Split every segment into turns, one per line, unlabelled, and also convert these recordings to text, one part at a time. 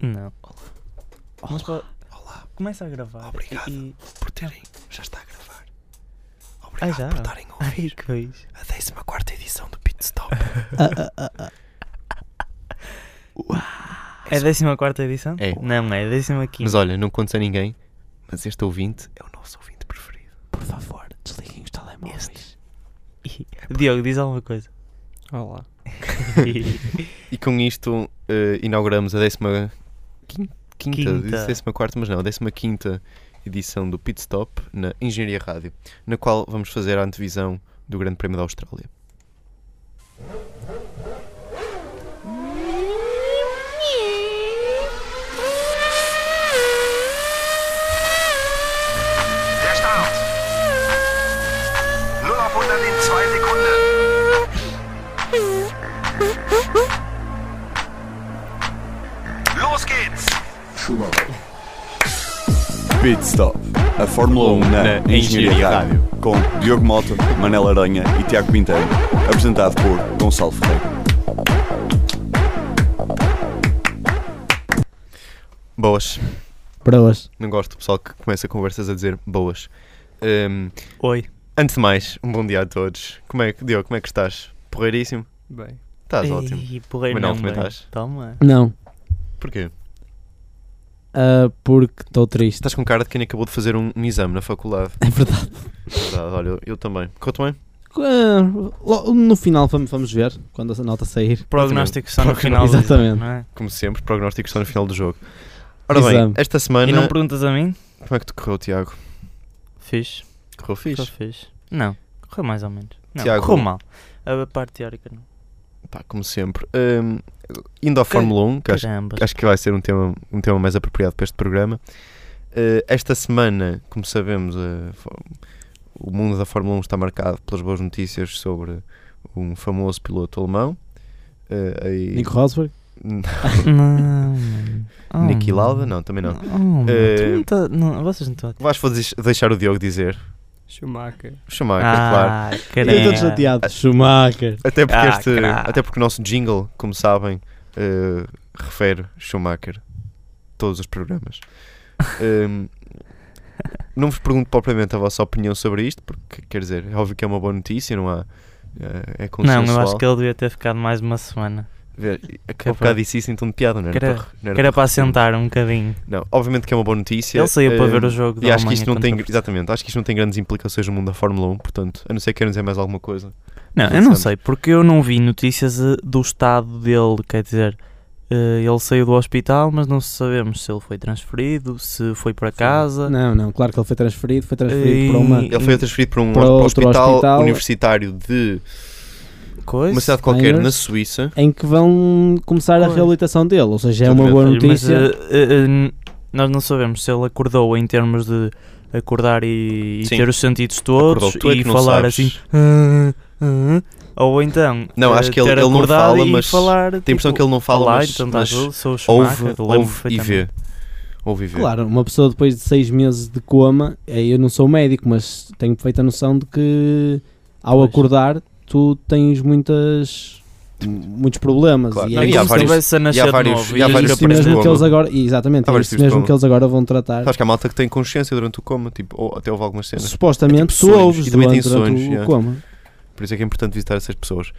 Não. Mas pô,
Olá,
começa a gravar.
Obrigado.
E...
por terem. Já está a gravar.
Ah,
Obrigado
já.
por estarem a
Ai,
ouvir
que beijo.
a 14 edição do Pit Stop.
É a 14 edição?
É.
Não, é a 15.
Mas olha, não contes a ninguém, mas este ouvinte
É o nosso ouvinte preferido. Por favor, desliguem os telemóveis.
Diogo, diz alguma coisa.
Olá.
E com isto eh, inauguramos a décima quin- quinta,
Quinta.
disse décima quarta, mas não, a décima quinta edição do Pit Stop na Engenharia Rádio, na qual vamos fazer a antevisão do Grande Prémio da Austrália.
Der Start. Nur ab 100 in zwei Sekunden. Los geht's.
Pit Stop, a Fórmula 1 na,
Na
Engenharia,
Engenharia
Rádio, com Diogo Mota, Manela Aranha e Tiago Pinteiro, apresentado por Gonçalo Ferreira.
Boas,
Para hoje.
não gosto do pessoal que começa conversas a dizer boas. Ehm,
Oi.
antes de mais, um bom dia a todos. Como é que, Diogo, como é que estás? Porreiríssimo?
Bem.
Estás ótimo.
Ei, Porreiro
Mas não,
não,
também
bem.
estás?
Toma.
Não.
Porquê?
ah, porque estou triste.
Estás com cara de quem acabou de fazer um, um exame na faculdade.
É verdade.
Verdade, olha, eu, eu também. Correu-te bem?
Ah, lo- No final vamos, vamos ver quando a nota sair.
Prognóstico só no
Prognóstico.
final. do exame,
Exatamente.
não é?
Como sempre, prognósticos estão no final do jogo. Ora bem,
Exame.
esta semana.
E não perguntas a mim?
Como é que te correu, Tiago?
Fiz.
Correu
Só
fixe?
fiz. Não. Correu mais ou menos. Não,
Tiago.
correu mal. A parte teórica não.
Pá, como sempre. Hum, indo à
Car-
Fórmula 1, que acho,
Caramba.
acho que vai ser um tema, um tema mais apropriado para este programa. Eh, esta semana, como sabemos, a fó- o mundo da Fórmula 1 está marcado pelas boas notícias sobre um famoso piloto alemão. eh, aí-
Nico Rosberg?
Não, mano. Oh,
Hum. Niki Lauda?
mano.
Não, também não.
Oh, mano, tu
Eh,
não tá- não, vocês não estão a
Vais vou des- deixar o Diogo dizer.
Schumacher.
Chamar, claro.
Ah,
Eu estou
caramba.
chateado. Schumacher.
Até porque,
Ah,
este,
craque.
até porque o nosso jingle, como sabem, eh, refere Schumacher todos os programas. Ehm, não vos pergunto propriamente a vossa opinião sobre isto, porque quer dizer, é óbvio que é uma boa notícia, não há. eh, é
Não,
consensual.
eu acho que ele devia ter ficado mais uma semana.
Ver,
Que
acabou
era
bocado
para-
disse isso em tom de piada, não era?
que era-
para- não
Que era para
repetir.
assentar um bocadinho.
Não, obviamente que é uma boa notícia.
Ele saiu para
ehm,
ver o jogo
E
da
acho que
Alemanha
isto não tem.
contra Portugal.
Exatamente, acho que isto não tem grandes implicações no mundo da Fórmula 1, portanto, a não ser que queiram dizer mais alguma coisa.
Não, eu não sei, porque eu não vi notícias eh, do estado dele, quer dizer, eh, ele saiu do hospital, mas não sabemos se ele foi transferido, se foi para casa.
Não, não. Claro que ele foi transferido. Foi transferido
E-
para uma...
Ele foi transferido para um
Hum. Para outro
hospital,
hospital.
universitário de
Coisa.
uma cidade qualquer na
Niners.
Suíça.
Em que vão começar a
Pois.
reabilitação dele. Ou seja, é uma
Exatamente.
boa
Mas,
notícia.
eh, eh, eh, n- nós não sabemos se ele acordou em termos de acordar e, e
Sim.
ter os sentidos
Acordou.
todos
Tu é que
e
não
falar
sabes.
assim. "Ah, ah", ou então.
Não,
eh,
acho que ele-
ter
ele não
acordado
fala,
e
mas
falar, tipo,
Tem a impressão que ele não fala,
Olá,
mas,
então
mas
estás tu? sou o Schumacher,
ouve,
lembro
ouve e vê.
perfeitamente.
Ouve e vê.
Claro, uma pessoa depois de seis meses de coma, aí eu não sou médico, mas tenho feita noção de que ao
Pois.
acordar tu tens muitas muitos problemas
Claro.
e
Não,
é
e
isso
há
como se
vários-
estivesse a nascer de
vários-
novo
e há
e
vários
nunca
isso
aparece
percebeu.
mesmo
coma.
que eles agora, e exatamente,
Há vários
isso
tipos de
mesmo
coma.
que eles agora vão tratar.
Sabes que há malta que tem consciência durante o coma, tipo, ou até houve algumas cenas.
Supostamente
é tipo
tu
sonhos,
ouves
e é. também tem
durante, durante
sonhos,
o
yeah.
coma.
Por isso é que é importante visitar essas pessoas.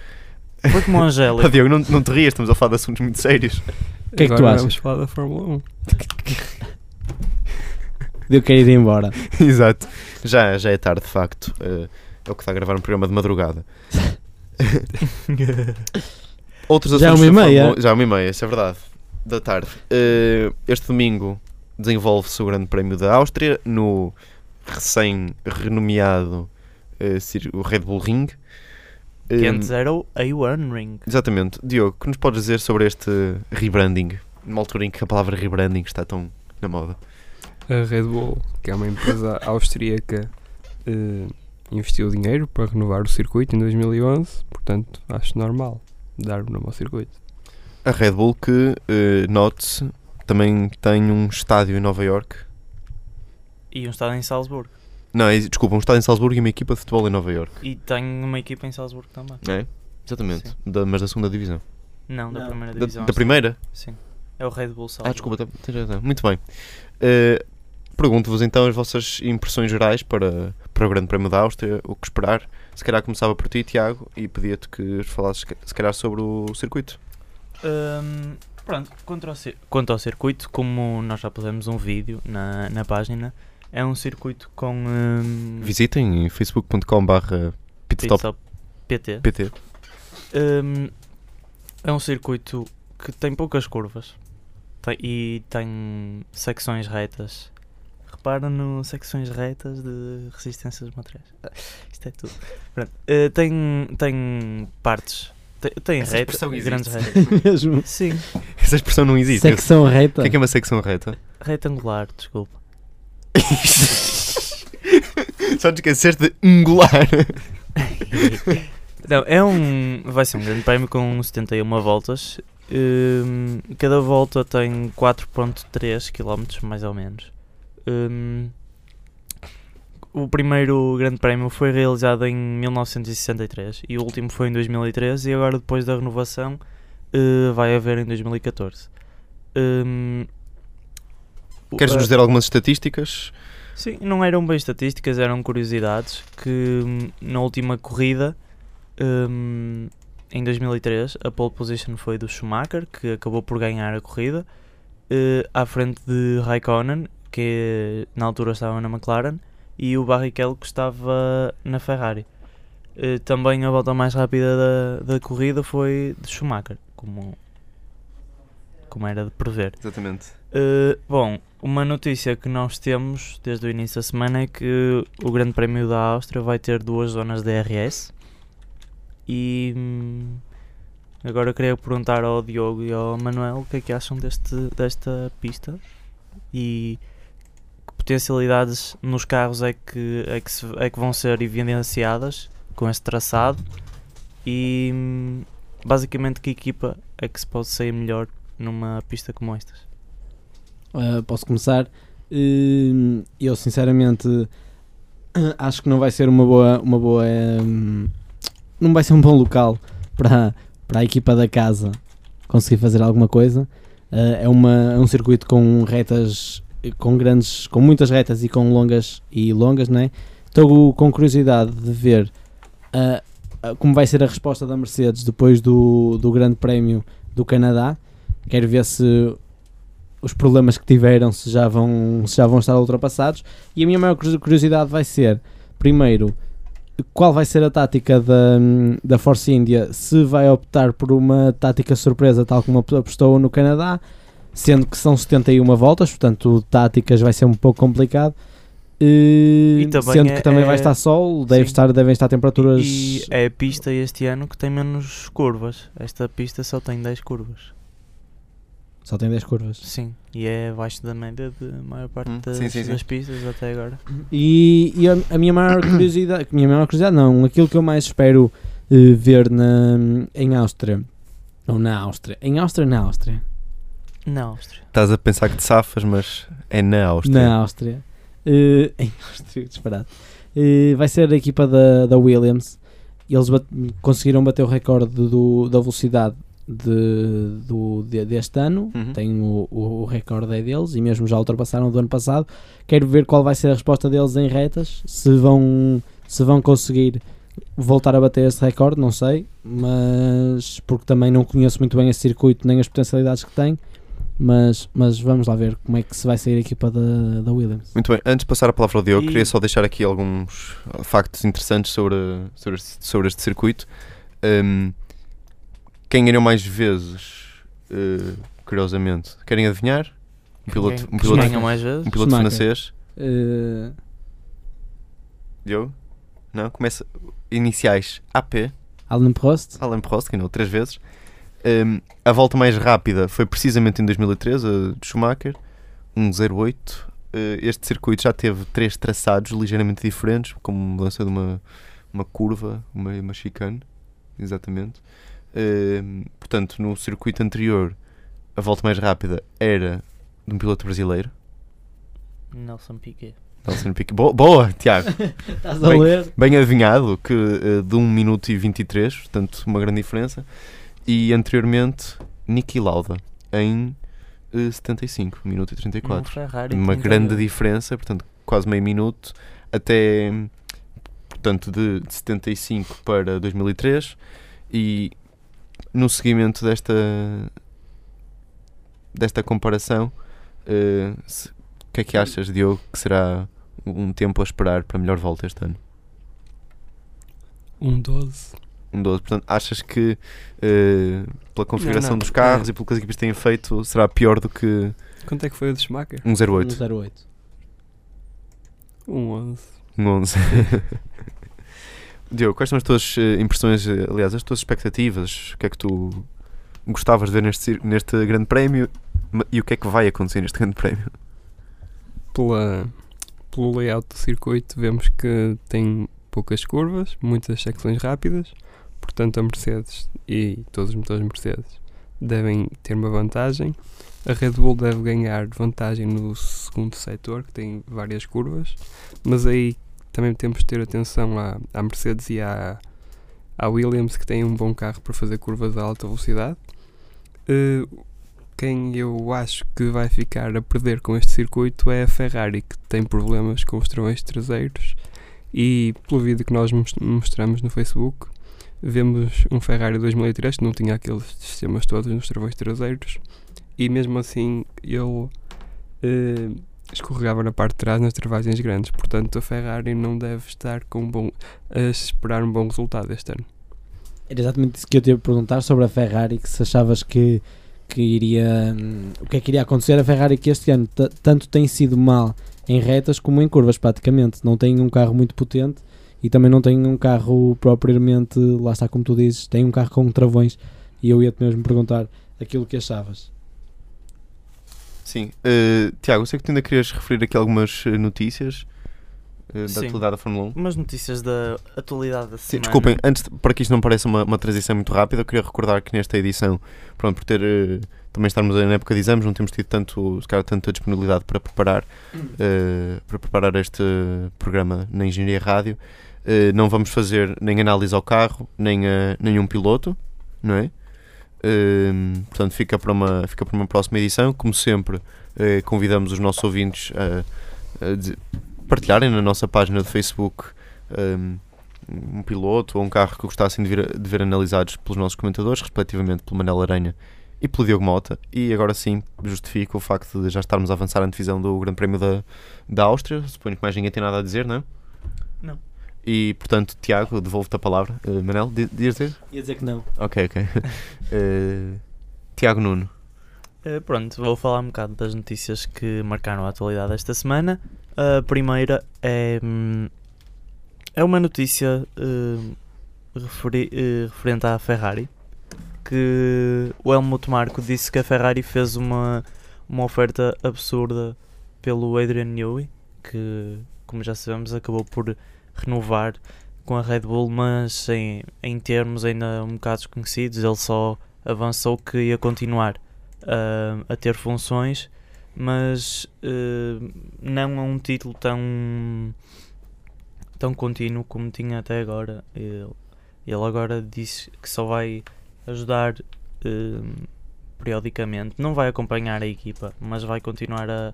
Foi como o Angélico.
Pá, Diogo, não, não te rias, estamos a falar de assuntos muito sérios.
O que é que tu achas?
falar da Fórmula 1.
De eu querer ir embora.
Exato. Já, já é tarde, de facto. Eh, é o que está a gravar um programa de madrugada. Outros
Já é
assuntos
uma e
da
meia.
Fórmula 1 Já é uma e meia, isso é verdade. Da tarde. Eh, este domingo desenvolve-se o Grande Prémio da Áustria no recém-renomeado eh, cir- o Red Bull Ring.
é Que
Eh,
antes era o A1 Ring.
Exatamente. Diogo, o que nos podes dizer sobre este rebranding? Numa altura em que a palavra rebranding está tão na moda.
A Red Bull, que é uma empresa austríaca, eh, investiu dinheiro para renovar o circuito em 2011, portanto acho normal dar o nome ao circuito.
A Red Bull que, eh, note-se, também tem um estádio em Nova York.
E um estado em Salzburgo.
Não, e- desculpa, um estádio em Salzburgo e uma equipa de futebol em Nova York.
E tenho uma equipa em Salzburgo também.
Não é? Exatamente.
Sim.
Da- mas da segunda divisão.
Não, da
Não.
primeira
Da,
divisão.
da primeira?
Sim. É o Red Bull Salzburg.
Ah, desculpa, tem- tens razão. Muito bem. Eh, Pergunto-vos então as vossas impressões gerais para, para o Grande Prémio da Áustria, o que esperar. Se calhar começava por ti, Tiago, e pedia-te que falasses se calhar sobre o circuito.
Hum, pronto, quanto ao, cir- quanto ao circuito, como nós já pusemos um vídeo na, na página, é um circuito com hum,
Visitem facebook.com.br pitstop.pt.
pitstop PT. Hum, é um circuito que tem poucas curvas tem- e tem secções retas. Repara no secções retas de resistências materiais. Ah, Isto é tudo. Pronto. Eh, tem, tem partes. Tem, tem
Essa
reta,
expressão
grandes
existe.
retas.
Mesmo.
Sim.
Essa expressão não existe.
Secção
O
reta.
que é, que é uma secção reta?
Retangular, desculpa.
Só te esqueceste de angular.
Não, é um. Vai ser um grande prémio com 71 voltas. Hum, cada volta tem 4,3 km, mais ou menos. Hum, o primeiro grande prémio foi realizado em 1963 e o último foi em 2013. E agora, depois da renovação, eh, vai haver em 2014. Hum, o-
Queres-nos
a-
dizer algumas estatísticas?
Sim, não eram bem estatísticas, eram curiosidades que hum, na última corrida, hum, em 2003, a pole position foi do Schumacher, que acabou por ganhar a corrida, eh, à frente de Raikkonen, que na altura estava na McLaren, e o Barrichello, que estava na Ferrari. Eh, também a volta mais rápida da, da corrida foi de Schumacher, como, como era de prever.
Exatamente.
Uh, bom, uma notícia que nós temos desde o início da semana é que o Grande Prémio da Áustria vai ter duas zonas DRS. E hum, agora eu queria perguntar ao Diogo e ao Manuel o que é que acham deste, desta pista e que potencialidades nos carros é que, é que, se- é que vão ser evidenciadas com este traçado e hum, basicamente que equipa é que se pode sair melhor numa pista como estas.
Ah, posso começar. Hum, eu sinceramente ah, acho que não vai ser uma boa, uma boa hum, não vai ser um bom local para, para a equipa da casa conseguir fazer alguma coisa. Ah, é, uma, é um circuito com retas, eh, com grandes, com muitas retas e com longas e longas, não é? Estou com curiosidade de ver ah, ah, como vai ser a resposta da Mercedes depois do, do Grande Prémio do Canadá. Quero ver se os problemas que tiveram se já vão, se já vão estar ultrapassados. E a minha maior curiosi- curiosidade vai ser, primeiro, qual vai ser a tática da, da Force India? Se vai optar por uma tática surpresa, tal como apostou no Canadá, sendo que são 71 voltas, portanto, táticas vai ser um pouco complicado. E,
E também
sendo
é-
que também
é-
vai estar sol, deve
Sim.
estar, devem estar temperaturas.
E é a pista este ano que tem menos curvas. Esta pista só tem 10 curvas.
Só tem 10 curvas.
Sim. E é abaixo da média de maior parte
Hum,
das,
sim, sim, sim.
das pistas até agora.
E, e a, a minha maior curiosidade, a minha maior curiosidade não, aquilo que eu mais espero eh, ver na, em Áustria, ou na Áustria, em Áustria ou na Áustria?
Na Áustria.
Estás a pensar que te safas, mas é na Áustria.
Na Áustria. Eh, em Áustria, disparado. Eh, vai ser a equipa da, da Williams. Eles bat- conseguiram bater o recorde do, da velocidade de, do, de- deste ano.
Uhum.
Tem o, o, o recorde é deles e mesmo já ultrapassaram do ano passado. Quero ver qual vai ser a resposta deles em retas. Se vão, se vão conseguir voltar a bater esse recorde, não sei. Mas porque também não conheço muito bem esse circuito nem as potencialidades que tem. Mas, mas vamos lá ver como é que se vai sair a equipa da, da Williams.
Muito bem, antes de passar a palavra ao Diogo,
E-
queria só deixar aqui alguns factos interessantes sobre, sobre, este, sobre este circuito. Hum, quem ganhou mais vezes, eh, curiosamente, querem adivinhar? Um piloto,
Quem-
um
quem
piloto,
ganha mais vezes?
um piloto
Schumacher.
francês?
Eh,
Diogo? Não? Começa iniciais AP,
Alan Prost,
Alain Prost, ganhou três vezes. Hum, a volta mais rápida foi precisamente em 2013, a de Schumacher, 1.08. Eh, este circuito já teve três traçados ligeiramente diferentes, como mudança de uma, uma curva, uma, uma chicane, exatamente. Hum, portanto, no circuito anterior, a volta mais rápida era de um piloto brasileiro,
Nelson Piquet.
Nelson Piquet. Boa, boa Tiago!
estás a
Bem,
ler?
Bem adivinhado, que eh, de 1 minuto e 23, portanto, uma grande diferença. E anteriormente, Niki Lauda, em eh, 75, minuto e
Num
34.
Ferrari
Uma
32.
grande diferença, portanto, quase meio minuto, até portanto, de, de 75 para 2003. E no seguimento desta, desta comparação, eh, se- o que é que achas, Diogo, que será um tempo a esperar para a melhor volta este ano?
Um 12.
Um 12. Portanto, achas que eh, pela configuração
não. é.
dos carros e pelo que as equipas têm feito será pior do que
Quanto é que foi o de Schumacher?
um 08?
08.
Um 11.
Um 11. Diogo, quais são as tuas eh, impressões, eh, aliás, as tuas expectativas? O que é que tu gostavas de ver neste, cir- neste grande prémio Ma- e o que é que vai acontecer neste grande prémio?
Pela, pelo layout do circuito, vemos que tem poucas curvas, muitas secções rápidas, portanto a Mercedes e todos os motores Mercedes devem ter uma vantagem. A Red Bull deve ganhar vantagem no segundo setor, que tem várias curvas, mas aí também temos de ter atenção à, à Mercedes e à, à Williams, que tem um bom carro para fazer curvas a alta velocidade. Eh, quem eu acho que vai ficar a perder com este circuito é a Ferrari, que tem problemas com os travões traseiros. E pelo vídeo que nós mos- mostramos no Facebook, vemos um Ferrari 2003 que não tinha aqueles sistemas todos nos travões traseiros, e mesmo assim ele eh, escorregava na parte de trás nas travagens grandes. Portanto, a Ferrari não deve estar com bom, a esperar um bom resultado este ano.
Era exatamente isso que eu te ia perguntar sobre a Ferrari, que se achavas que, que iria. hum, o que é que iria acontecer a Ferrari que este ano ta- tanto tem sido mal em retas como em curvas, praticamente. Não tem um carro muito potente e também não tem um carro propriamente. Lá está, como tu dizes, tem um carro com travões. E eu ia-te mesmo perguntar aquilo que achavas.
Sim. eh, Tiago, eu sei que tu ainda querias referir aqui algumas eh, notícias eh, da
Sim.
atualidade da Fórmula 1.
Umas notícias da atualidade da
Sim,
semana.
desculpem, antes, de- para que isto não pareça uma, uma transição muito rápida, eu queria recordar que nesta edição, pronto, por ter eh, também estarmos na época de exames, não temos tido tanto, se calhar, tanta disponibilidade para preparar, eh, para preparar este programa na Engenharia Rádio. Eh, não vamos fazer nem análise ao carro, nem a nenhum piloto, não é? Eh, portanto, fica para, uma, fica para uma próxima edição. Como sempre, eh, convidamos os nossos ouvintes a, a de- partilharem na nossa página do Facebook. eh, um piloto ou um carro que gostassem de ver, de ver analisados pelos nossos comentadores, respectivamente pelo Manel Aranha e pelo Diogo Mota. E agora sim, justifica o facto de já estarmos a avançar a antevisão do Grande Prémio da, da Áustria. Suponho que mais ninguém tem nada a dizer, não é?
Não.
E portanto, Tiago, eu devolvo-te a palavra. Eh, Manel, di- dias dizer?
Ia dizer que não.
Ok, ok. Eh, Tiago Nuno.
Eh, pronto, vou falar um bocado das notícias que marcaram a atualidade esta semana. A primeira é, hum, é uma notícia hum, referi- eh, referente à Ferrari, que o Helmut Marko disse que a Ferrari fez uma, uma oferta absurda pelo Adrian Newey, que, como já sabemos, acabou por renovar com a Red Bull, mas em, em termos ainda um bocado desconhecidos, ele só avançou que ia continuar a- a ter funções, mas eh, não a um título tão, tão contínuo como tinha até agora. Eh, Ele, ele agora diz que só vai ajudar eh, periodicamente, não vai acompanhar a equipa, mas vai continuar a,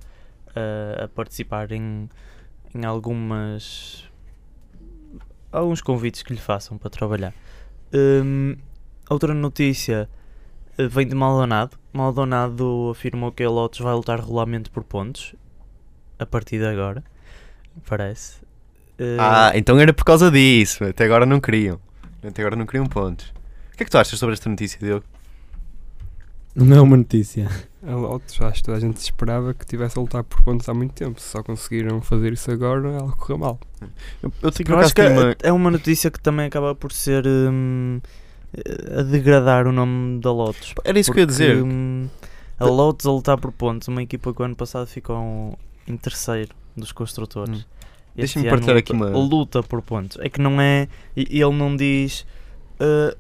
a- a participar em, em algumas. alguns convites que lhe façam para trabalhar. Hum, outra notícia eh, vem de Maldonado. Maldonado afirmou que a Lotus vai lutar regularmente por pontos a partir de agora, parece. Eh,
Ah, então era por causa disso. Até agora não queriam. Até agora não queriam pontos. O que é que tu achas sobre esta notícia, Diogo?
Não é uma notícia.
A Lotus, acho que toda a gente esperava que tivesse a lutar por pontos há muito tempo. Se só conseguiram fazer isso agora, ela correu mal.
Eu, eu, tenho-
Eu
por acaso
acho que
tenho
é- é uma notícia que também acaba por ser hum, a degradar o nome da Lotus.
Era isso que eu ia
Porque,
dizer.
hum, a Lotus a lutar por pontos, uma equipa que o ano passado ficou um, em terceiro dos construtores.
Hum.
Este
Deixa-me
ano
partilhar aqui
luta-
uma-
Luta por pontos. É que não é. e- e Ele não diz. "Ah,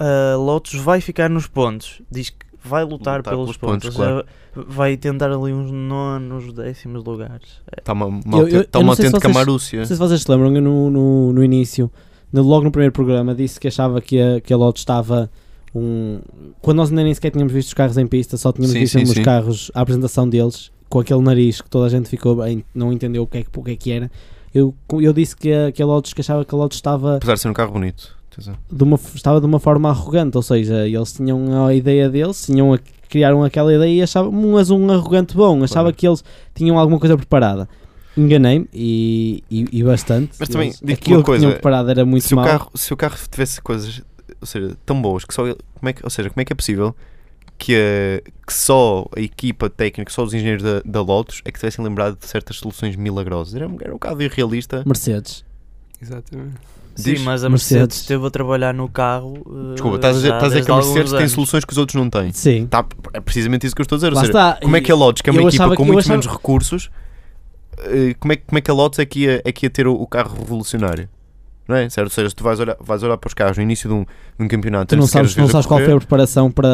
a, a Lotus vai ficar nos pontos. Diz que vai lutar,
Lutar
pelos,
pelos
pontos.
pontos,
Ou seja, Vai tentar ali uns nonos, décimos lugares.
Está uma, uma,
Eu- eu-
autê- tá
eu
uma
não sei se
autêntica
vocês-
marúcia.
Não sei se vocês se lembram, eu no, no, no início, no- logo no primeiro programa, disse que achava que a, que a Lotus estava um. Quando nós ainda nem sequer tínhamos visto os carros em pista, só tínhamos
Sim,
visto
sim,
mesmo
sim.
os carros, a apresentação deles, com aquele nariz que toda a gente ficou bem, não entendeu o que é que, o que, é que era. Eu, eu disse que a, que a Lotus que achava que a Lotus estava
Apesar de ser um carro bonito. atenção.
de uma, f- estava de uma forma arrogante, ou seja, eles tinham a ideia deles, tinham a- criaram aquela ideia e achavam mas um arrogante bom, achava
Claro.
que eles tinham alguma coisa preparada. Enganei-me e, e, e bastante.
Mas também,
Eles-
digo-te uma
aquilo que
coisa,
tinham preparado era muito
se, o
mau.
carro, se o carro tivesse coisas ou seja, tão boas que só ele- como é que, ou seja, como é que é possível que, a- que só a equipa técnica, só os engenheiros da, da Lotus é que tivessem lembrado de certas soluções milagrosas? Era, um- era um bocado irrealista.
Mercedes.
Exatamente.
Sim,
Diz-
mas a Mercedes,
Mercedes.
esteve a trabalhar no carro. eh,
Desculpa, estás a dizer,
já
estás a dizer que
desde há
a Mercedes
alguns
tem
anos.
soluções que os outros não têm.
Sim.
Tá, é precisamente isso que eu estou a dizer. ou
Lá
seja,
está.
como é que a Lotus, que é uma
eu
equipa
achava
com
que- eu
muito
achava-
menos recursos, eh, como é, que- como é que a Lotus é que ia, é que ia ter o, o carro revolucionário? Não é? Certo? Ou seja, se tu vais olhar, vais olhar para os carros no início de um, de um campeonato,
Tu não
antes de
sabes,
sequer
não
os veres
sabes qual foi
correr,
a preparação para,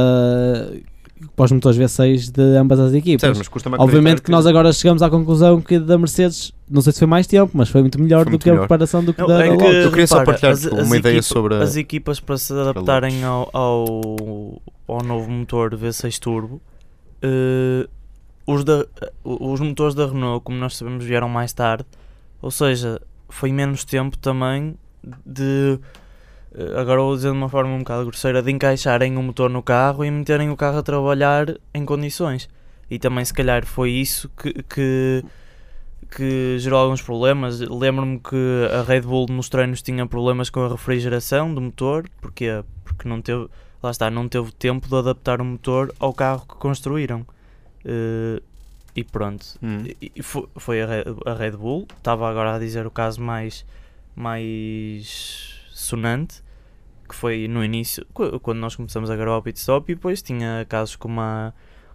para os motores V6 de ambas as equipas.
percebes? Mas é custa-me acreditar
Obviamente que nós agora chegamos à conclusão que da Mercedes, não sei se foi mais tempo, mas foi muito melhor
Foi
do
muito
que
melhor.
a preparação do que
Não,
da,
é
da
que-
Lotus.
Eu queria só
repara,
partilhar
as-
tipo,
as
uma ideia
equipa-
sobre a-
As equipas para se adaptarem ao, ao, ao novo motor V6 Turbo, eh, os, da, os motores da Renault, como nós sabemos, vieram mais tarde. Ou seja, foi menos tempo também de. eh, Agora vou dizer de uma forma um bocado grosseira, de encaixarem o motor no carro e meterem o carro a trabalhar em condições. E também, se calhar, foi isso que, que, que gerou alguns problemas. Lembro-me que a Red Bull nos treinos tinha problemas com a refrigeração do motor, porque, porque não teve, lá está, não teve tempo de adaptar o motor ao carro que construíram. Eh, e pronto,
Hum.
e- e fo- foi a Re- a Red Bull, estava agora a dizer o caso mais, mais sonante, que foi no início, qu- quando nós começamos a gravar o pit stop, e depois tinha casos como a,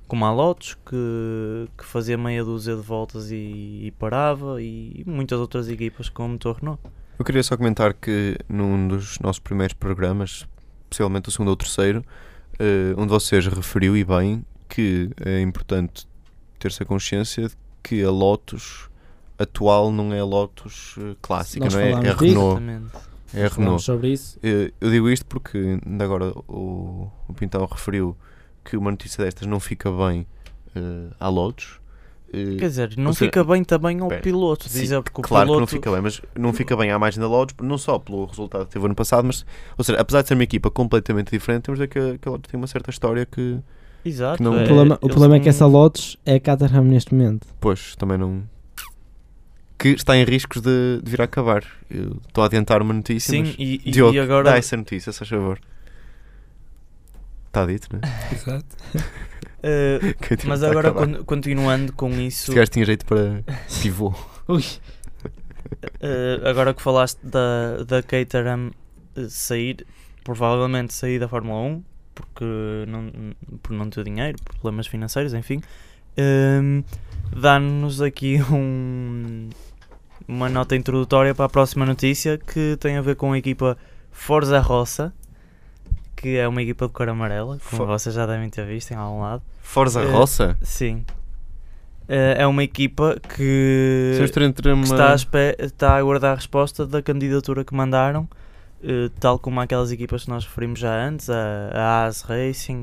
como a Lotus, que, que fazia meia dúzia de voltas e, e parava, e muitas outras equipas com o motor Renault.
Eu queria só comentar que num dos nossos primeiros programas, possivelmente o segundo ou o terceiro, eh, um de vocês referiu e bem que é importante ter-se a consciência de que a Lotus atual não é a Lotus eh, clássica,
Nós
não é? É a
falámos
Renault.
Exatamente.
É a
Falamos
Renault.
sobre isso.
Eh, Eu digo isto porque ainda agora o, o Pintão referiu que uma notícia destas não fica bem eh, à Lotus. Eh,
Quer dizer, não
Ou seja,
fica bem também ao
espera.
piloto,
Sim,
dizer, porque
Claro
o piloto...
que não fica bem, mas não fica bem à margem da Lotus, não só pelo resultado que teve ano passado, mas, ou seja, apesar de ser uma equipa completamente diferente, temos de ver que, que a Lotus tem uma certa história que,
Exato.
que não-
O
É,
problema, o
eles um-
problema é que
não-
essa Lotus é a Caterham neste momento.
pois, também não. que está em riscos de, de vir a acabar. Eu estou a adiantar uma notícia,
Sim,
mas.
e, e-
Diogo,
e
dá
agora...
essa notícia, se faz favor. Está dito, né?
Exato.
eh,
Que eu tive
mas
de
agora,
acabar.
con- continuando com isso...
Este gajo tinha jeito para pivô.
Eh, agora que falaste da, da Caterham eh, sair, provavelmente sair da Fórmula 1, porque não, por não ter dinheiro, por problemas financeiros, enfim, ehm, dá-nos aqui um- uma nota introdutória para a próxima notícia que tem a ver com a equipa Forza Roça, que é uma equipa de cor amarela, como
Fo-
vocês já devem ter visto em algum lado.
Forza
Eh,
Roça?
Sim. Eh, é uma equipa que
Estamos entre uma.
que está à, espe- está a aguardar a resposta da candidatura que mandaram, eh, tal como aquelas equipas que nós referimos já antes, a, a AS Racing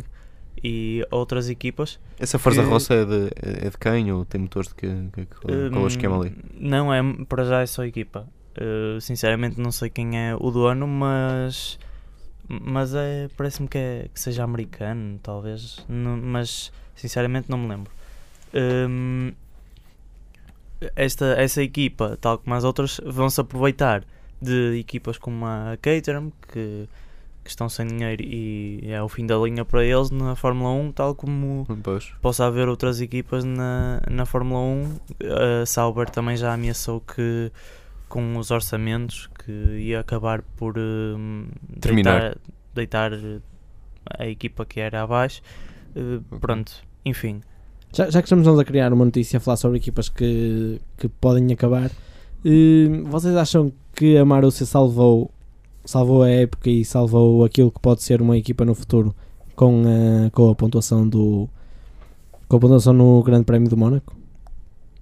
e outras equipas.
Essa Forza
que-
Roça é de, é de quem? Ou tem motores de que. que, que qual é o
Hum,
esquema ali?
Não é, para já é só equipa. Eh, sinceramente não sei quem é o dono, mas mas é, parece-me que, é, que seja americano, talvez, não- mas sinceramente não me lembro. Hum, esta, essa equipa, tal como as outras, vão-se aproveitar de equipas como a Caterham, que, que estão sem dinheiro e é o fim da linha para eles na Fórmula 1, tal como
Pois.
possa haver outras equipas na, na Fórmula 1. A Sauber também já ameaçou que, com os orçamentos, que ia acabar por hum,
Terminar.
Deitar, deitar a equipa que era abaixo. Eh, Pronto, enfim.
Já, já que estamos nós a criar uma notícia a falar sobre equipas que, que podem acabar, eh, vocês acham que a Marussia salvou, salvou a época e salvou aquilo que pode ser uma equipa no futuro com a, com a pontuação do com a pontuação no Grande Prémio do Mónaco?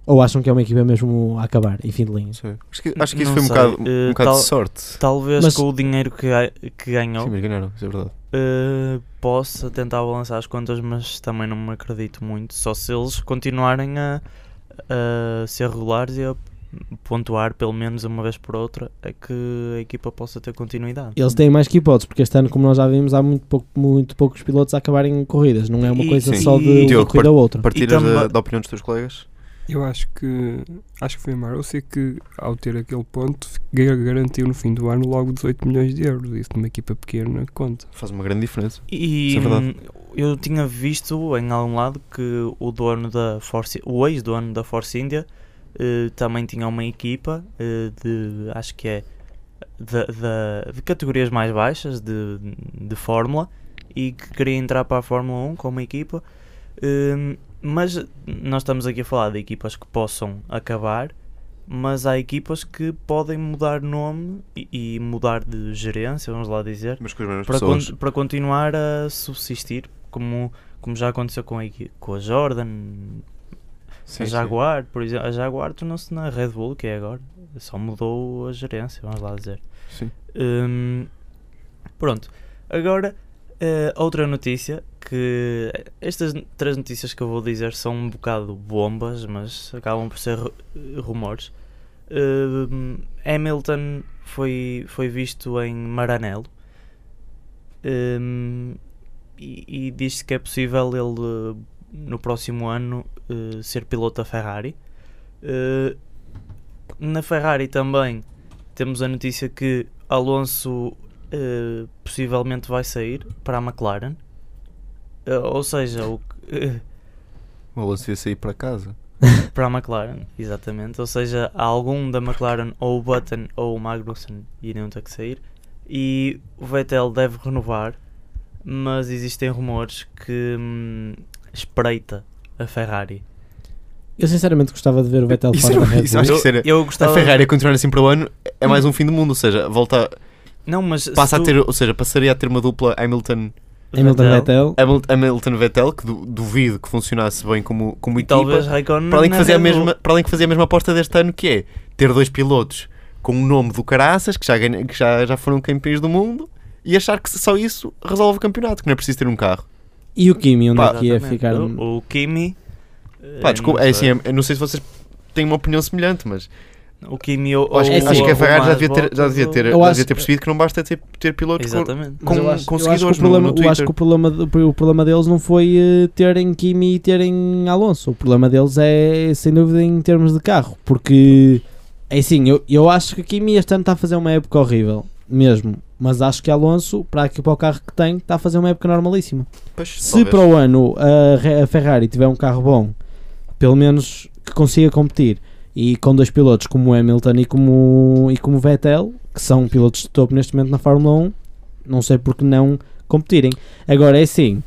Ou acham que é uma equipa mesmo a acabar, em fim de linha?
Sei. Acho que, acho que isso
Não
foi
sei.
um bocado,
Eh,
um bocado
tal-
de sorte.
Talvez
Mas-
com o dinheiro que, ga- que ganhou
Sim, mas ganharam, isso é verdade.
eh, possa tentar balançar as contas, mas também não me acredito muito. Só se eles continuarem a, a ser regulares e a pontuar pelo menos uma vez por outra, é que a equipa possa ter continuidade.
Eles têm mais que hipóteses, porque este ano, como nós já vimos, há muito, pouco, muito poucos pilotos a acabarem corridas. Não é uma
E-
coisa
sim.
só de
E-
uma
Diogo,
corrida ou outra.
Partilhas da,
tamba-
da opinião dos teus colegas?
Eu acho que acho que foi a Marúcia que, ao ter aquele ponto, ga- garantiu no fim do ano logo 18 milhões de euros. Isso numa equipa pequena conta.
Faz uma grande diferença.
E
Isso é verdade.
hum, eu tinha visto em algum lado que o dono da Force, o ex-dono da Force India, eh, também tinha uma equipa eh, de, acho que é, da da- de categorias mais baixas de, de Fórmula e que queria entrar para a Fórmula 1 com uma equipa. Hum, mas nós estamos aqui a falar de equipas que possam acabar, mas há equipas que podem mudar nome e, e mudar de gerência, vamos lá dizer
Mas com as mesmas
para,
pessoas.
con- para continuar a subsistir, como, como já aconteceu com a, equi- com a Jordan,
Sim,
a
sim.
Jaguar, por exemplo. A Jaguar tornou-se na Red Bull, que é agora. Só mudou a gerência, vamos lá dizer.
Sim.
Hum, pronto. Agora, eh, outra notícia que estas n- três notícias que eu vou dizer são um bocado bombas, mas acabam por ser ru- rumores. Hum, Hamilton foi, foi visto em Maranello Hum, e, e diz-se que é possível ele no próximo ano eh, ser piloto da Ferrari. Eh, na Ferrari também temos a notícia que Alonso eh, possivelmente vai sair para a McLaren. Eh, ou seja, o que- eh,
O Alonso ia sair para casa.
para a McLaren, exatamente. Ou seja, algum da McLaren, ou o Button ou o Magnussen iriam ter que sair. E o Vettel deve renovar, mas existem rumores que hum, espreita a Ferrari.
Eu sinceramente gostava de ver o Vettel
Isso
fora
era-
da Red
isso é
Bull.
acho
Eu,
que seria-
eu
A
gostava.
Ferrari a continuar assim para o ano é mais um fim do mundo, ou seja, volta,
Não, mas se
passa a
tu-
ter, ou seja, passaria a ter uma dupla Hamilton
Hamilton
Então,
Vettel.
Hamil- Hamilton Vettel, que du- duvido que funcionasse bem como, como
E
equipa,
talvez Raikkonen.
para além, que
na
fazer a
é
Red Bull.
mesma, para além que fazer a mesma aposta deste ano, que é ter dois pilotos com o nome do Caraças, que já, ganha- que já, já foram campeões do mundo, e achar que só isso resolve o campeonato, que não é preciso ter um carro.
E o Kimi, onde
Pá,
é que ia
Exatamente.
ficar?
O, o Kimi. eh,
Pá, desculpa,
não
é assim,
sei.
é- eu não sei se vocês têm uma opinião semelhante, mas
O Kimi ou,
acho,
ou,
é assim,
acho que a
ou
Ferrari já
mais
devia ter, já
voltas
devia
ou-
ter,
Eu
já devia
acho-
ter percebidos que não basta ter, ter pilotos com,
Exatamente.
Mas
com-
eu acho-
com
eu acho que
seguidores
o
no-
problema,
no
Eu acho
Twitter.
que o problema, de- o problema deles não foi eh, terem Kimi e terem Alonso. O problema deles é, sem dúvida, em termos de carro. Porque, é assim, eu, eu acho que Kimi este ano está a fazer uma época horrível. Mesmo. Mas acho que Alonso, para aqui para o carro que tem, está a fazer uma época normalíssima.
Pois,
Se
talvez.
para o ano a, Re- a Ferrari tiver um carro bom, pelo menos que consiga competir, e com dois pilotos como o Hamilton e como, e como o Vettel, que são pilotos de topo neste momento na Fórmula 1, não sei porque não competirem. Agora é assim,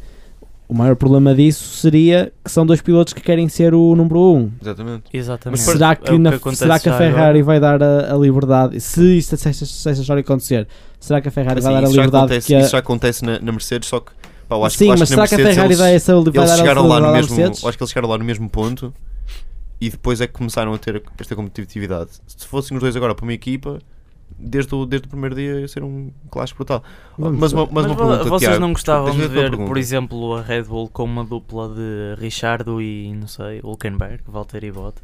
o maior problema disso seria que são dois pilotos que querem ser o número 1.
Exatamente.
Exatamente.
Mas
Será que,
É o
na-
acontece
será que a
já
Ferrari
agora.
vai dar a, a liberdade? Se esta, se, esta, se esta história acontecer, será que a Ferrari
Assim,
vai dar a
isso, já
liberdade
acontece,
que a,
isso já acontece na, na Mercedes, só que pá, eu acho,
Sim,
eu acho
mas
que
será
na
que a
Mercedes é um
Ferrari
eles,
vai, essa, vai
eles
dar a
chegaram lá no
liberdade à
mesmo,
Mercedes?
eu acho que eles chegaram lá no mesmo ponto e depois é que começaram a ter esta competitividade. Se fossem os dois agora para uma equipa, desde o, desde o primeiro dia ia ser um clássico brutal.
Vamos
mas uma,
ver.
mas uma
vo-
pergunta,
vocês
Tiago,
não gostavam de
deixa-me fazer uma
ver, por
pergunta.
exemplo, a Red Bull com uma dupla de Richardo e, não sei, Hulkenberg, Valtteri Bottas?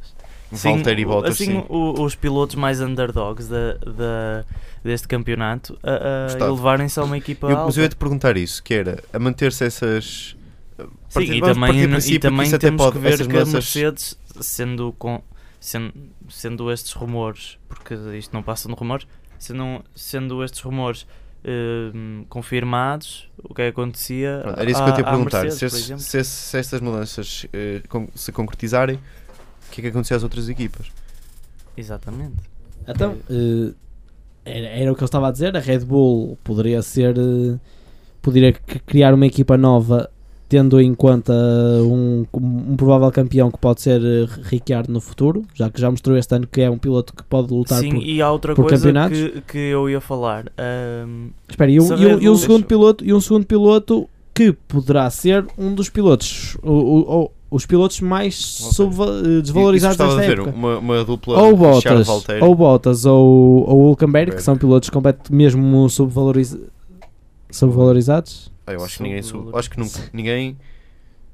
Sim,
Um Valtteri
o-
Bottas,
assim,
sim.
o- os pilotos mais underdogs da, da- deste campeonato a, a
Gostava.
elevarem-se a uma equipa
Eu- mas
alta.
eu ia te perguntar isso, que era a manter-se essas.
Sim,
partir-
e
vamos
também,
partir do
e
princípio que
também
isso até
temos
pode-
que ver
essas
que
mudanças-
a Mercedes, sendo, com, sendo, sendo estes rumores, porque isto não passa de rumores, sendo, sendo estes rumores hum, confirmados, o que é que acontecia
Pronto, era isso que eu te ia
à- à
perguntar.
Ah, Mercedes,
se,
por
esses-
exemplo?
se esses- se estas mudanças eh, con- se concretizarem, o que é que acontecia às outras equipas?
Exatamente.
Então, eh, era, era o que eu estava a dizer. A Red Bull poderia ser. eh, poderia c- criar uma equipa nova, tendo em conta um, um provável campeão que pode ser eh, Ricciardo no futuro, já que já mostrou este ano que é um piloto que pode lutar
Sim,
por.
e há outra
por
coisa
campeonatos?
que, que eu ia falar. hum,
Espera, e um,
se a
e um-
Red
e um
Bull-
segundo piloto, e um segundo piloto que poderá ser um dos pilotos. O, o- o- os pilotos mais
Ok.
subva- eh,
Desvalorizado
desvalorizados
Isso gostava
desta
de ver,
época.
uma, uma dupla
Ou
Charles
Bottas,
Valtteri.
ou Bottas ou, ou Hulkenberg, que são
Hulkenberg.
pilotos completo, mesmo subvaloriz- subvalorizados.
Ah, eu acho que ninguém sub, acho que nunca, ninguém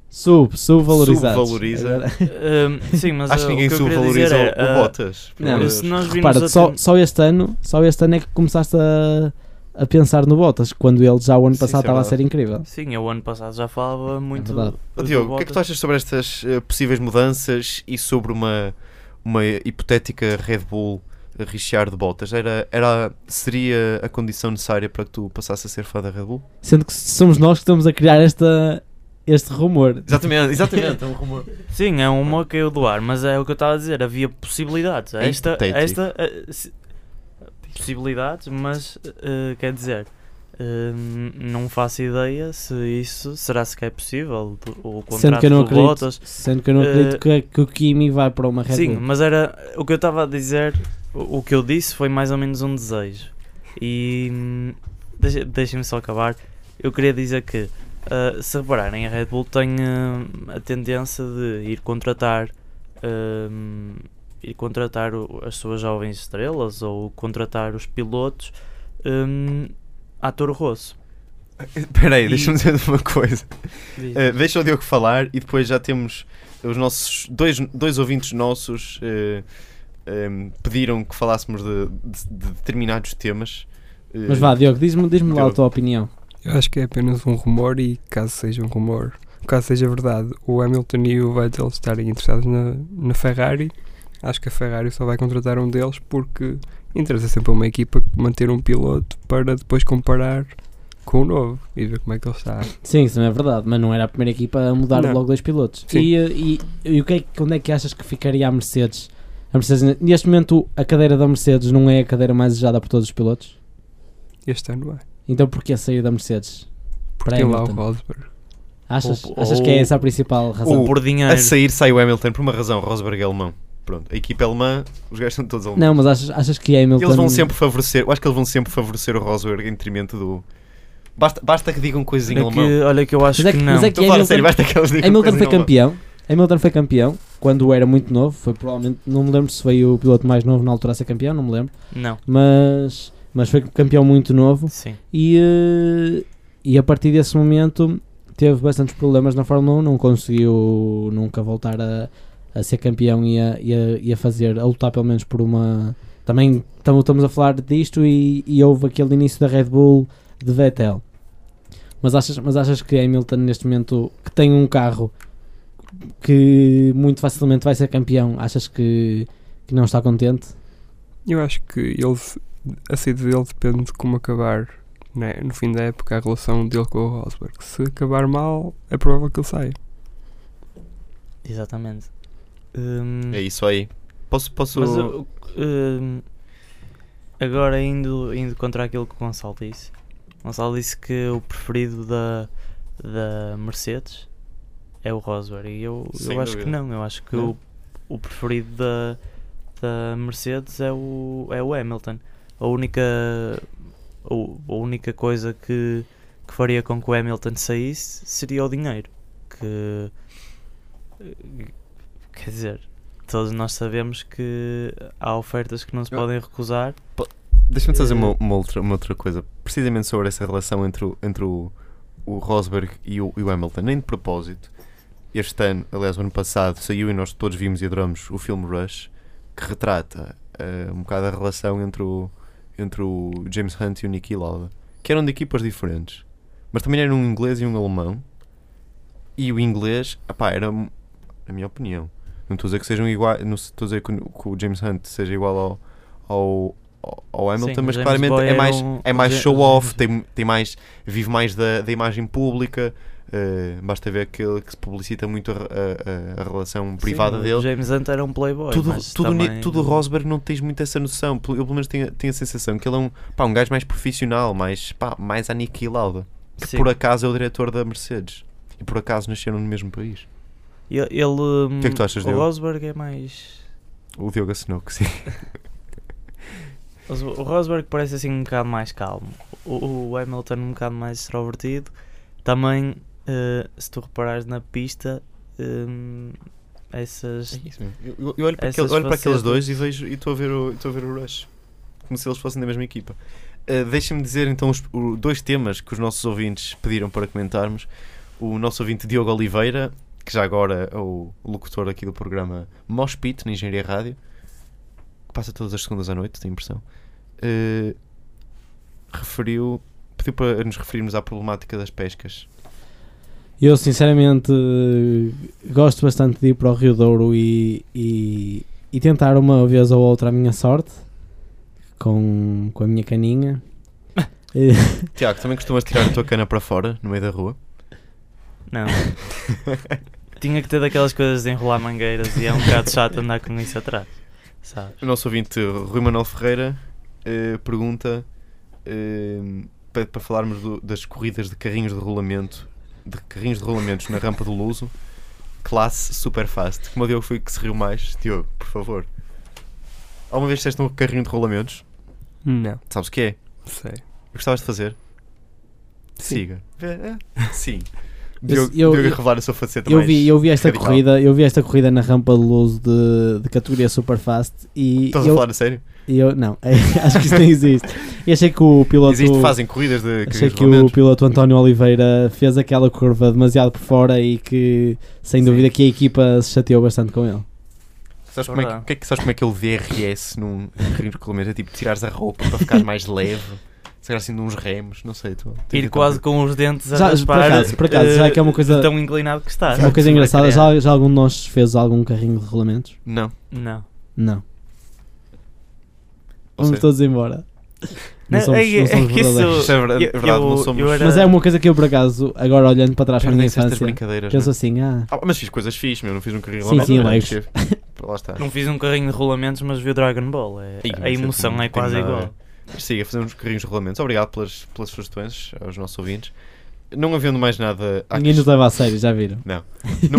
Sub, subvalorizados.
Subvaloriza.
Agora-
Ahm, sim, mas
acho
eh,
que ninguém
o que eu queria
subvaloriza
dizer
o
é,
o
ah,
Bottas. por
não,
amor de
se
Deus.
nós vimos
Repara,
a
só,
ten-
só este ano, só este ano é que começaste a, a pensar no Bottas, quando ele já o ano
Sim, isso
passado
é
estava a
verdade.
ser incrível.
Sim, eu ano passado já falava muito.
É verdade.
Oh,
do- do
Diogo, o que é que tu
Bottas.
achas sobre estas eh, possíveis mudanças e sobre uma, uma hipotética Red Bull eh, rechear de Bottas? Era, era, seria a condição necessária para que tu passasses a ser fã da Red Bull?
Sendo que somos nós que estamos a criar esta, este rumor.
Exatamente, exatamente. é um rumor.
Sim, é uma que eu do ar, mas é o que eu estava a dizer. Havia possibilidades.
É
Esta,
hipotético.
esta eh, se- possibilidades, mas eh, quer dizer, eh, não faço ideia se isso será sequer possível. O
Sendo
contrato
que eu não
do
acredito,
Bottas.
sendo que, eu não
Eh,
acredito que, que o Kimi vai para uma Red
Sim,
Bull.
mas era o que eu estava a dizer. O o que eu disse foi mais ou menos um desejo. E hum, deixa- deixem-me só acabar. Eu queria dizer que, ah, se repararem, a Red Bull tem hum, a tendência de ir contratar, hum, ir contratar o- as suas jovens estrelas ou contratar os pilotos hum, à Toro Rosso.
Espera aí,
E-
deixa-me dizer uma coisa. Eh, deixa o Diogo falar e depois já temos os nossos dois, dois ouvintes nossos eh, em, pediram que falássemos de, de- de determinados temas. eh,
Mas vá, Diogo, diz-me diz lá a
Diogo.
tua opinião.
Eu acho que é apenas um rumor e caso seja um rumor, caso seja verdade, o Hamilton e o Vettel estarem interessados na, na Ferrari, acho que a Ferrari só vai contratar um deles porque interessa sempre a uma equipa manter um piloto para depois comparar com o novo e ver como é que ele está.
Sim, isso não é verdade, mas não era a primeira equipa a mudar
Não.
logo dois pilotos.
Sim.
E, e, e o que é, que- onde é que achas que ficaria a Mercedes? A Mercedes? Neste momento, a cadeira da Mercedes não é a cadeira mais desejada por todos os pilotos?
Este ano é.
Então porquê sair da Mercedes? Para
Porque tem lá o
Hamilton.
Rosberg.
Achas,
Ou-
achas que é
ou-
essa a principal razão?
Ou por dinheiro.
A sair sai o Hamilton por uma razão, Rosberg é alemão. Pronto, a equipa é alemã, os gajos são todos alemães.
Não, mas achas, achas que Hamilton...
Eles vão sempre favorecer, eu acho que eles vão sempre favorecer o Rosberg em detrimento do. Basta, basta que digam coisinha
Olha
alemão.
que, olha que eu acho
Mas é
que
que-
não.
mas é que-
Estou a falar a
Hamilton-
sério, basta que eles digam
Hamilton foi
coisinha alemã.
campeão. Hamilton foi campeão quando era muito novo. Foi provavelmente, não me lembro se foi o piloto mais novo na altura a ser campeão, não me lembro.
Não,
Mas, mas foi campeão muito novo
sim.
e, eh, e a partir desse momento teve bastantes problemas na Fórmula 1. Não conseguiu nunca voltar a, a ser campeão e a, e, a, e a fazer, a lutar pelo menos por uma. Também tam- estamos a falar disto e, e houve aquele início da Red Bull de Vettel. Mas achas, mas achas que Hamilton, neste momento, que tem um carro que muito facilmente vai ser campeão, achas que, que não está contente?
Eu acho que ele, a saída dele depende de como acabar né, no fim da época a relação dele com o Rosberg. Se acabar mal, é provável que ele saia.
Exatamente. Hum,
É isso aí. Posso. posso...
Mas eu- hum, agora indo, indo contra aquilo que o Gonçalo disse. O Gonçalo disse que o preferido da, da Mercedes é o Rosberg. E eu,
Sem
eu acho que
dúvida.
não. Eu acho que
Não.
o, o preferido da, da Mercedes é o, é o Hamilton. A única, o- a única coisa que, que faria com que o Hamilton saísse seria o dinheiro. Que quer dizer, todos nós sabemos que há ofertas que não se
Eu-
podem recusar.
Deixa-me fazer uma,
Eh,
uma outra, uma outra coisa, precisamente sobre essa relação entre o, entre o, o Rosberg e o, e o Hamilton, nem de propósito. Este ano, aliás, o ano passado, saiu e nós todos vimos e adoramos o filme Rush, que retrata eh, um bocado a relação entre o, entre o James Hunt e o Niki Lauda, que eram de equipas diferentes, mas também eram um inglês e um alemão. E o inglês, epá, era, na minha opinião, não estou a dizer que sejam iguais, não estou a dizer que, o- que o James Hunt seja igual ao, ao, ao- ao Hamilton,
Sim, o
mas
James
claramente
Boy
é
era
mais,
um-
é
o
mais
Ja-
show off,
James-
tem, tem mais, vive mais da, da imagem pública. eh, basta ver que, ele- que se publicita muito a, a- a- a relação privada
Sim, o
dele.
James Hunt era um playboy.
Tudo,
mas
tudo, ni-
também
tudo
não-
Rosberg não tens muito essa noção. Pelo- Eu pelo menos tenho, tenho a sensação que ele é um, pá, um gajo mais profissional, mais, pá, mais aniquilado. Que
Sim.
por acaso é o diretor da Mercedes. E por acaso nasceram no mesmo país.
Ele, ele, hum,
que é que tu achas
o
dele?
Rosberg é mais.
O Diogo assinou que sim.
O Rosberg parece assim um bocado mais calmo. O, o Hamilton um bocado mais extrovertido. Também, eh, se tu reparares na pista, hum, essas.
É
Sim. Eu, eu- eu olho, para,
Essas
aquele- olho para
facetas.
aqueles dois e vejo e estou a ver o estou a ver o Rush. Como se eles fossem da mesma equipa. Ah, Deixa-me dizer então os o- dois temas que os nossos ouvintes pediram para comentarmos. O nosso ouvinte Diogo Oliveira, que já agora é o locutor aqui do programa Mospit na Engenharia Rádio, que passa todas as segundas à noite, tenho impressão. ah, referiu, pediu para nos referirmos à problemática das pescas.
Eu sinceramente gosto bastante de ir para o Rio Douro e, e, e tentar uma vez ou outra a minha sorte com, com a minha caninha. Eh,
Tiago, também costumas tirar a tua cana para fora, no meio da rua?
Não. Tinha que ter daquelas coisas de enrolar mangueiras e é um bocado chato andar com isso atrás. Sabes?
O nosso ouvinte Rui Manuel Ferreira eh, pergunta eh, para, para falarmos do- das corridas de carrinhos de rolamento, de carrinhos de rolamentos na rampa do Luso, classe super fast. Como o Diogo foi que se riu mais, Diogo, por favor. Alguma vez teste um carrinho de rolamentos?
Não,
Sabes o que é?
sei.
Gostavas de fazer?
Sim.
Siga. Vê, é? Sim.
Eu-
Diogo,
eu-
Diogo
eu-
a revelar a sua faceta
Eu
mais
vi, eu vi esta
radical.
corrida, eu vi esta corrida na rampa de luz de, de categoria Superfast e
Estás a
eu,
falar a sério?
e eu não, eh, acho que isso nem existe. E achei que o piloto
Existe, fazem corridas de carrinhos
Achei
de
que o
rolamentos?
piloto António Oliveira fez aquela curva demasiado por fora e que, sem dúvida, que a equipa se chateou bastante com ele.
Sabes como, é que,
Verdade.
o que é que, sabes como é que ele DRS num carrinho de rolamento? É tipo tirares a roupa para ficar mais leve, sacar assim de uns remos, não sei. Tu, então tu-
Ir
tu-
quase com os dentes a
Já, por
raspar.
acaso, por acaso,
eh,
já que é uma coisa- É
de Tão inclinado que é. está.
Uma coisa engraçada, já, já algum de nós fez algum carrinho de rolamentos?
Não,
Não.
Não.
ou
Vamos
seja,
todos embora. Não
Não,
somos,
é-
não somos
é que isso-
verdadeiros.
isto é ver- verdade,
eu-
não
eu-
somos.
eu era-
Mas é uma coisa que eu, por acaso, agora olhando para trás para a minha
perdem-se estas
infância,
brincadeiras.
penso
né?
assim, ah,
Ah, mas fiz coisas fixe, meu. Não fiz um carrinho de
Sim,
rolamento.
sim,
mas
leves.
chega. Lá está.
Não fiz um carrinho de rolamentos, mas vi o Dragon Ball. É,
Ih,
a
mas
emoção
não
é
tem
quase
nada a
igual.
ver. Sim, a fazer uns carrinhos de rolamentos. Obrigado pelas, pelas sugestões aos nossos ouvintes. Não havendo mais nada a
ninguém nos
acrescentar.
leva a sério, já viram?
Não,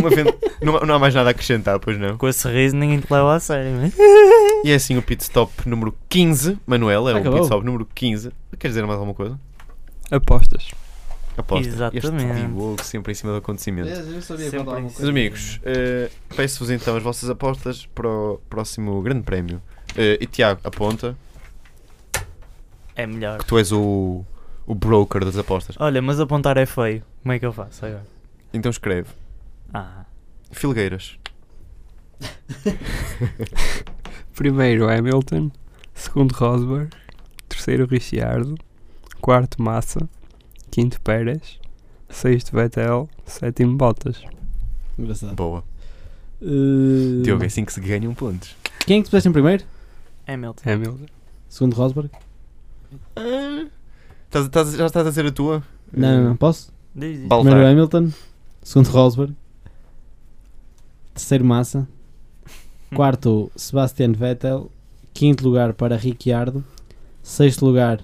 havendo- não, não há mais nada a acrescentar, pois não.
Com esse riso ninguém te leva a sério, mas...
E é assim o pit stop número 15. Manuel, é o
Ah, Acabou.
pit stop número 15. Queres dizer mais alguma coisa?
Apostas.
Aposta.
Exatamente.
Este Diogo sempre em cima do acontecimento.
não sabia
Sempre alguma coisa.
Meus amigos, eh, peço-vos então as vossas apostas para o próximo grande prémio. Eh, e Tiago, aponta
É melhor.
que tu és o, o broker das apostas.
Olha, mas apontar é feio. Como é que eu faço agora?
Então escreve.
Ah,
Filgueiras.
Primeiro Hamilton, segundo Rosberg, terceiro Ricciardo, quarto Massa, quinto Pérez, sexto Vettel, sétimo Bottas.
Engraçado.
Boa.
Uh,
Diogo, é assim que se ganham pontos.
quem é que tu puseste em primeiro?
Hamilton.
É
Hamilton.
Segundo Rosberg?
Eh, Ah. Estás- estás- já estás a dizer a tua?
Não, não, não, posso?
Diz, diz.
Baltar.
Primeiro Hamilton, segundo Rosberg, terceiro Massa,
Hum.
quarto Sebastian Vettel, quinto lugar para Ricciardo, sexto lugar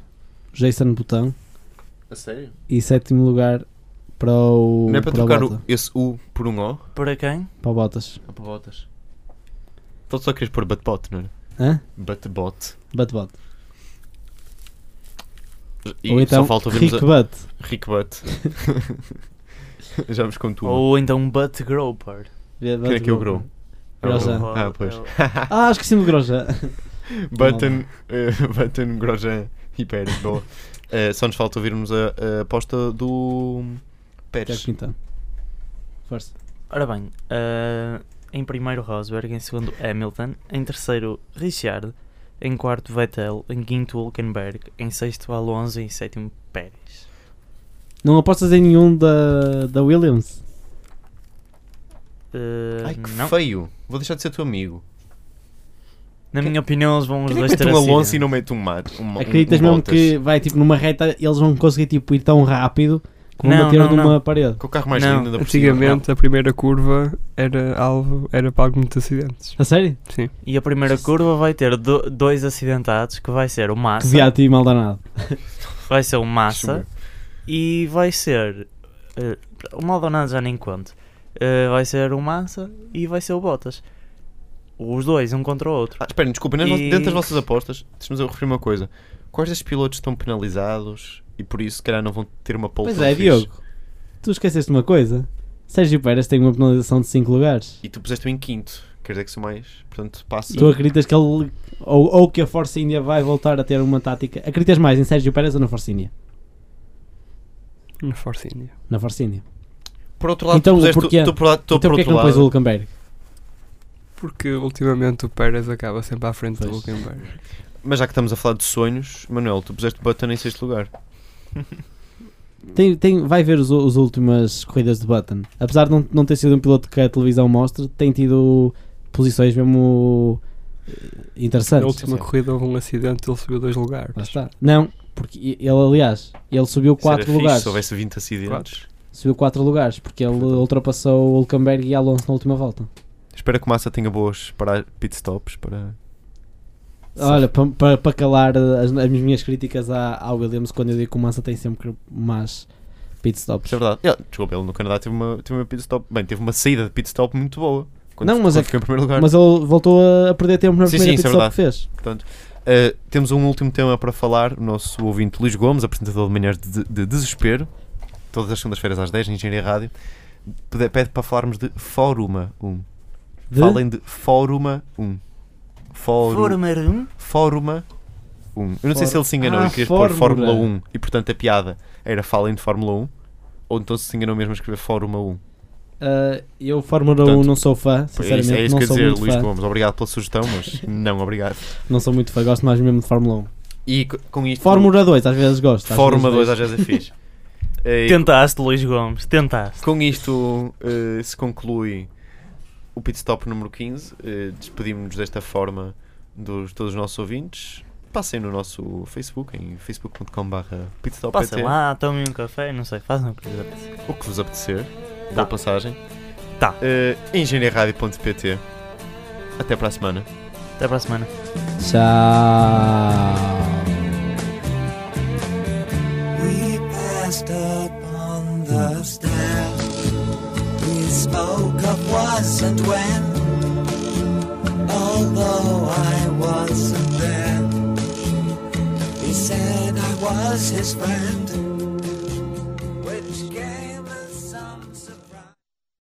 Jason Butão
A sério?
e sétimo lugar para o,
Não é para
para o
trocar
Bota-
o- esse U por um O?
Para quem?
para o Bottas.
Ou para botas? Então só queres pôr batbot, não é?
Hã?
Batbot.
Bate bate.
E
Ou então
só falta ouvirmos
Rick
a...
Butt.
Rick Butt. já vos conto um. uma.
Ou então Butt Groper.
Quem é que é o Grou?
Groja.
Ah, pois.
Eu-
Ah, esqueci-me do Groja.
Button, eh, Button, Grosjean e Pérez. Boa. Eh, só nos falta ouvirmos a, a aposta do
Tiago
Pérez.
Pintão. Força.
Ora bem, ah, em primeiro Rosberg, em segundo Hamilton, em terceiro Richard, em quarto Vettel, em quinto Hülkenberg, em sexto Alonso e em sétimo Pérez.
Não apostas em nenhum da, da Williams?
Ah,
Ai que
não.
feio. Vou deixar de ser teu amigo.
Na minha opinião, eles vão os
Quem é
dois
que mete
ter
um Alonso
acidente.
e não mete um Mato? Um, um,
Acreditas
um
mesmo
Bottas?
que vai tipo numa reta eles vão conseguir tipo ir tão rápido que vão
Não,
bater
não,
numa
não.
parede?
Com o carro mais
Não,
lindo da
Antigamente a primeira curva era alvo, era para alguns acidentes.
A sério?
Sim.
E a primeira curva vai ter do- dois acidentados, que vai ser o
Que
Massa,
viado e Maldonado.
vai ser o Massa e vai ser eh, o Maldonado já nem conto. Eh, vai ser o Massa e vai ser o Bottas. Os dois, um contra o outro.
Ah, esperem, desculpem, nas vo-
E-
dentro das vossas apostas, deixa-me só referir uma coisa. Quais destes pilotos estão penalizados e por isso, se calhar, não vão ter uma pole
Pois
tão
é,
fixe?
Diogo. Tu esqueceste uma coisa? Sérgio Pérez tem uma penalização de 5 lugares.
E tu puseste-o em quinto. Quer dizer que sou mais. Portanto, passa.
Tu acreditas que ele. Ou, ou que a Força India vai voltar a ter uma tática. Acreditas mais em Sérgio Pérez ou na Força India?
Na Força India.
Na Força India.
Por outro lado,
Então,
tu puseste.
porquê?
Tu, por, lá- tu,
então
por
porquê é que
outro
não pôs o
lado.
Hulkenberg?
Porque ultimamente o Pérez acaba sempre à frente do
Pois.
Hulkenberg.
Mas já que estamos a falar de sonhos, Manuel, tu puseste Button em sexto lugar.
Tem, tem, vai ver os- as últimas corridas de Button. Apesar de não, não ter sido um piloto que a televisão mostra, tem tido posições mesmo eh,
Na
interessantes.
última corrida houve um acidente ele subiu dois lugares.
Lá está. Não, porque ele, aliás, ele subiu
Isso era
4
fixe
lugares.
Se houvesse 20 acidentes.
Subiu 4 lugares, porque ele ultrapassou o Hulkenberg e Alonso na última volta.
Espero que o Massa tenha boas para pit stops. Para...
Olha, para pa, pa calar as, as minhas críticas à, à Williams, quando eu digo que o Massa tem sempre más pit stops.
Isso é verdade. Ele, desculpa, ele no Canadá teve uma, teve uma pit stop. Bem, teve uma saída de pit stop muito boa. Quando,
Não, mas
quando
é
ficou em primeiro lugar.
Mas ele voltou a- a perder tempo na
Sim,
primeira
sim, isso
pit
é
stop que fez.
Uh, temos um último tema para falar. O nosso ouvinte Luís Gomes, apresentador de Manhãs de, de Desespero, todas as segundas-feiras às 10 na Engenharia Rádio, pede, pede para falarmos de um. Fórmula 1.
De-
Falem de um. Fórmula 1. Fórum,
Forma 1?
Fórmula 1. Eu não sei se ele se enganou
Ah,
e queria pôr
Fórmula.
Fórmula 1 e, portanto, a piada era falem de Fórmula 1. Ou então se enganou mesmo a escrever Fórmula É 1.
Ah, eu, Fórmula
Portanto,
1, não sou fã,
É
sinceramente.
isso, é isso
não
que eu ia
sou
dizer,
muito
Luís
fã.
Gomes. Obrigado pela sugestão, mas não obrigado.
Não sou muito fã, gosto mais mesmo de Fórmula
E co- com
1.
isto.
Fórmula um. 2, às vezes gosto. às
Fórmula
vezes
2 às vezes é fixe. Eh,
Tentaste, Luís Gomes, tentaste.
Com isto eh, se conclui o pit stop número 15. Eh, Despedimos-nos desta forma dos todos os nossos ouvintes. Passem no nosso Facebook, em facebook.com.br
Passem
pitstop.pt,
lá, tomem um café, não sei, fazem o que quiser.
o que vos apetecer.
Tá.
Boa passagem.
Tá.
Eh, engenharia-radio.pt. Até para a semana.
Até para a semana.
Tchau.
We passed up on the stairs. We spoke of was and when. Although I wasn't there, he said I was his friend.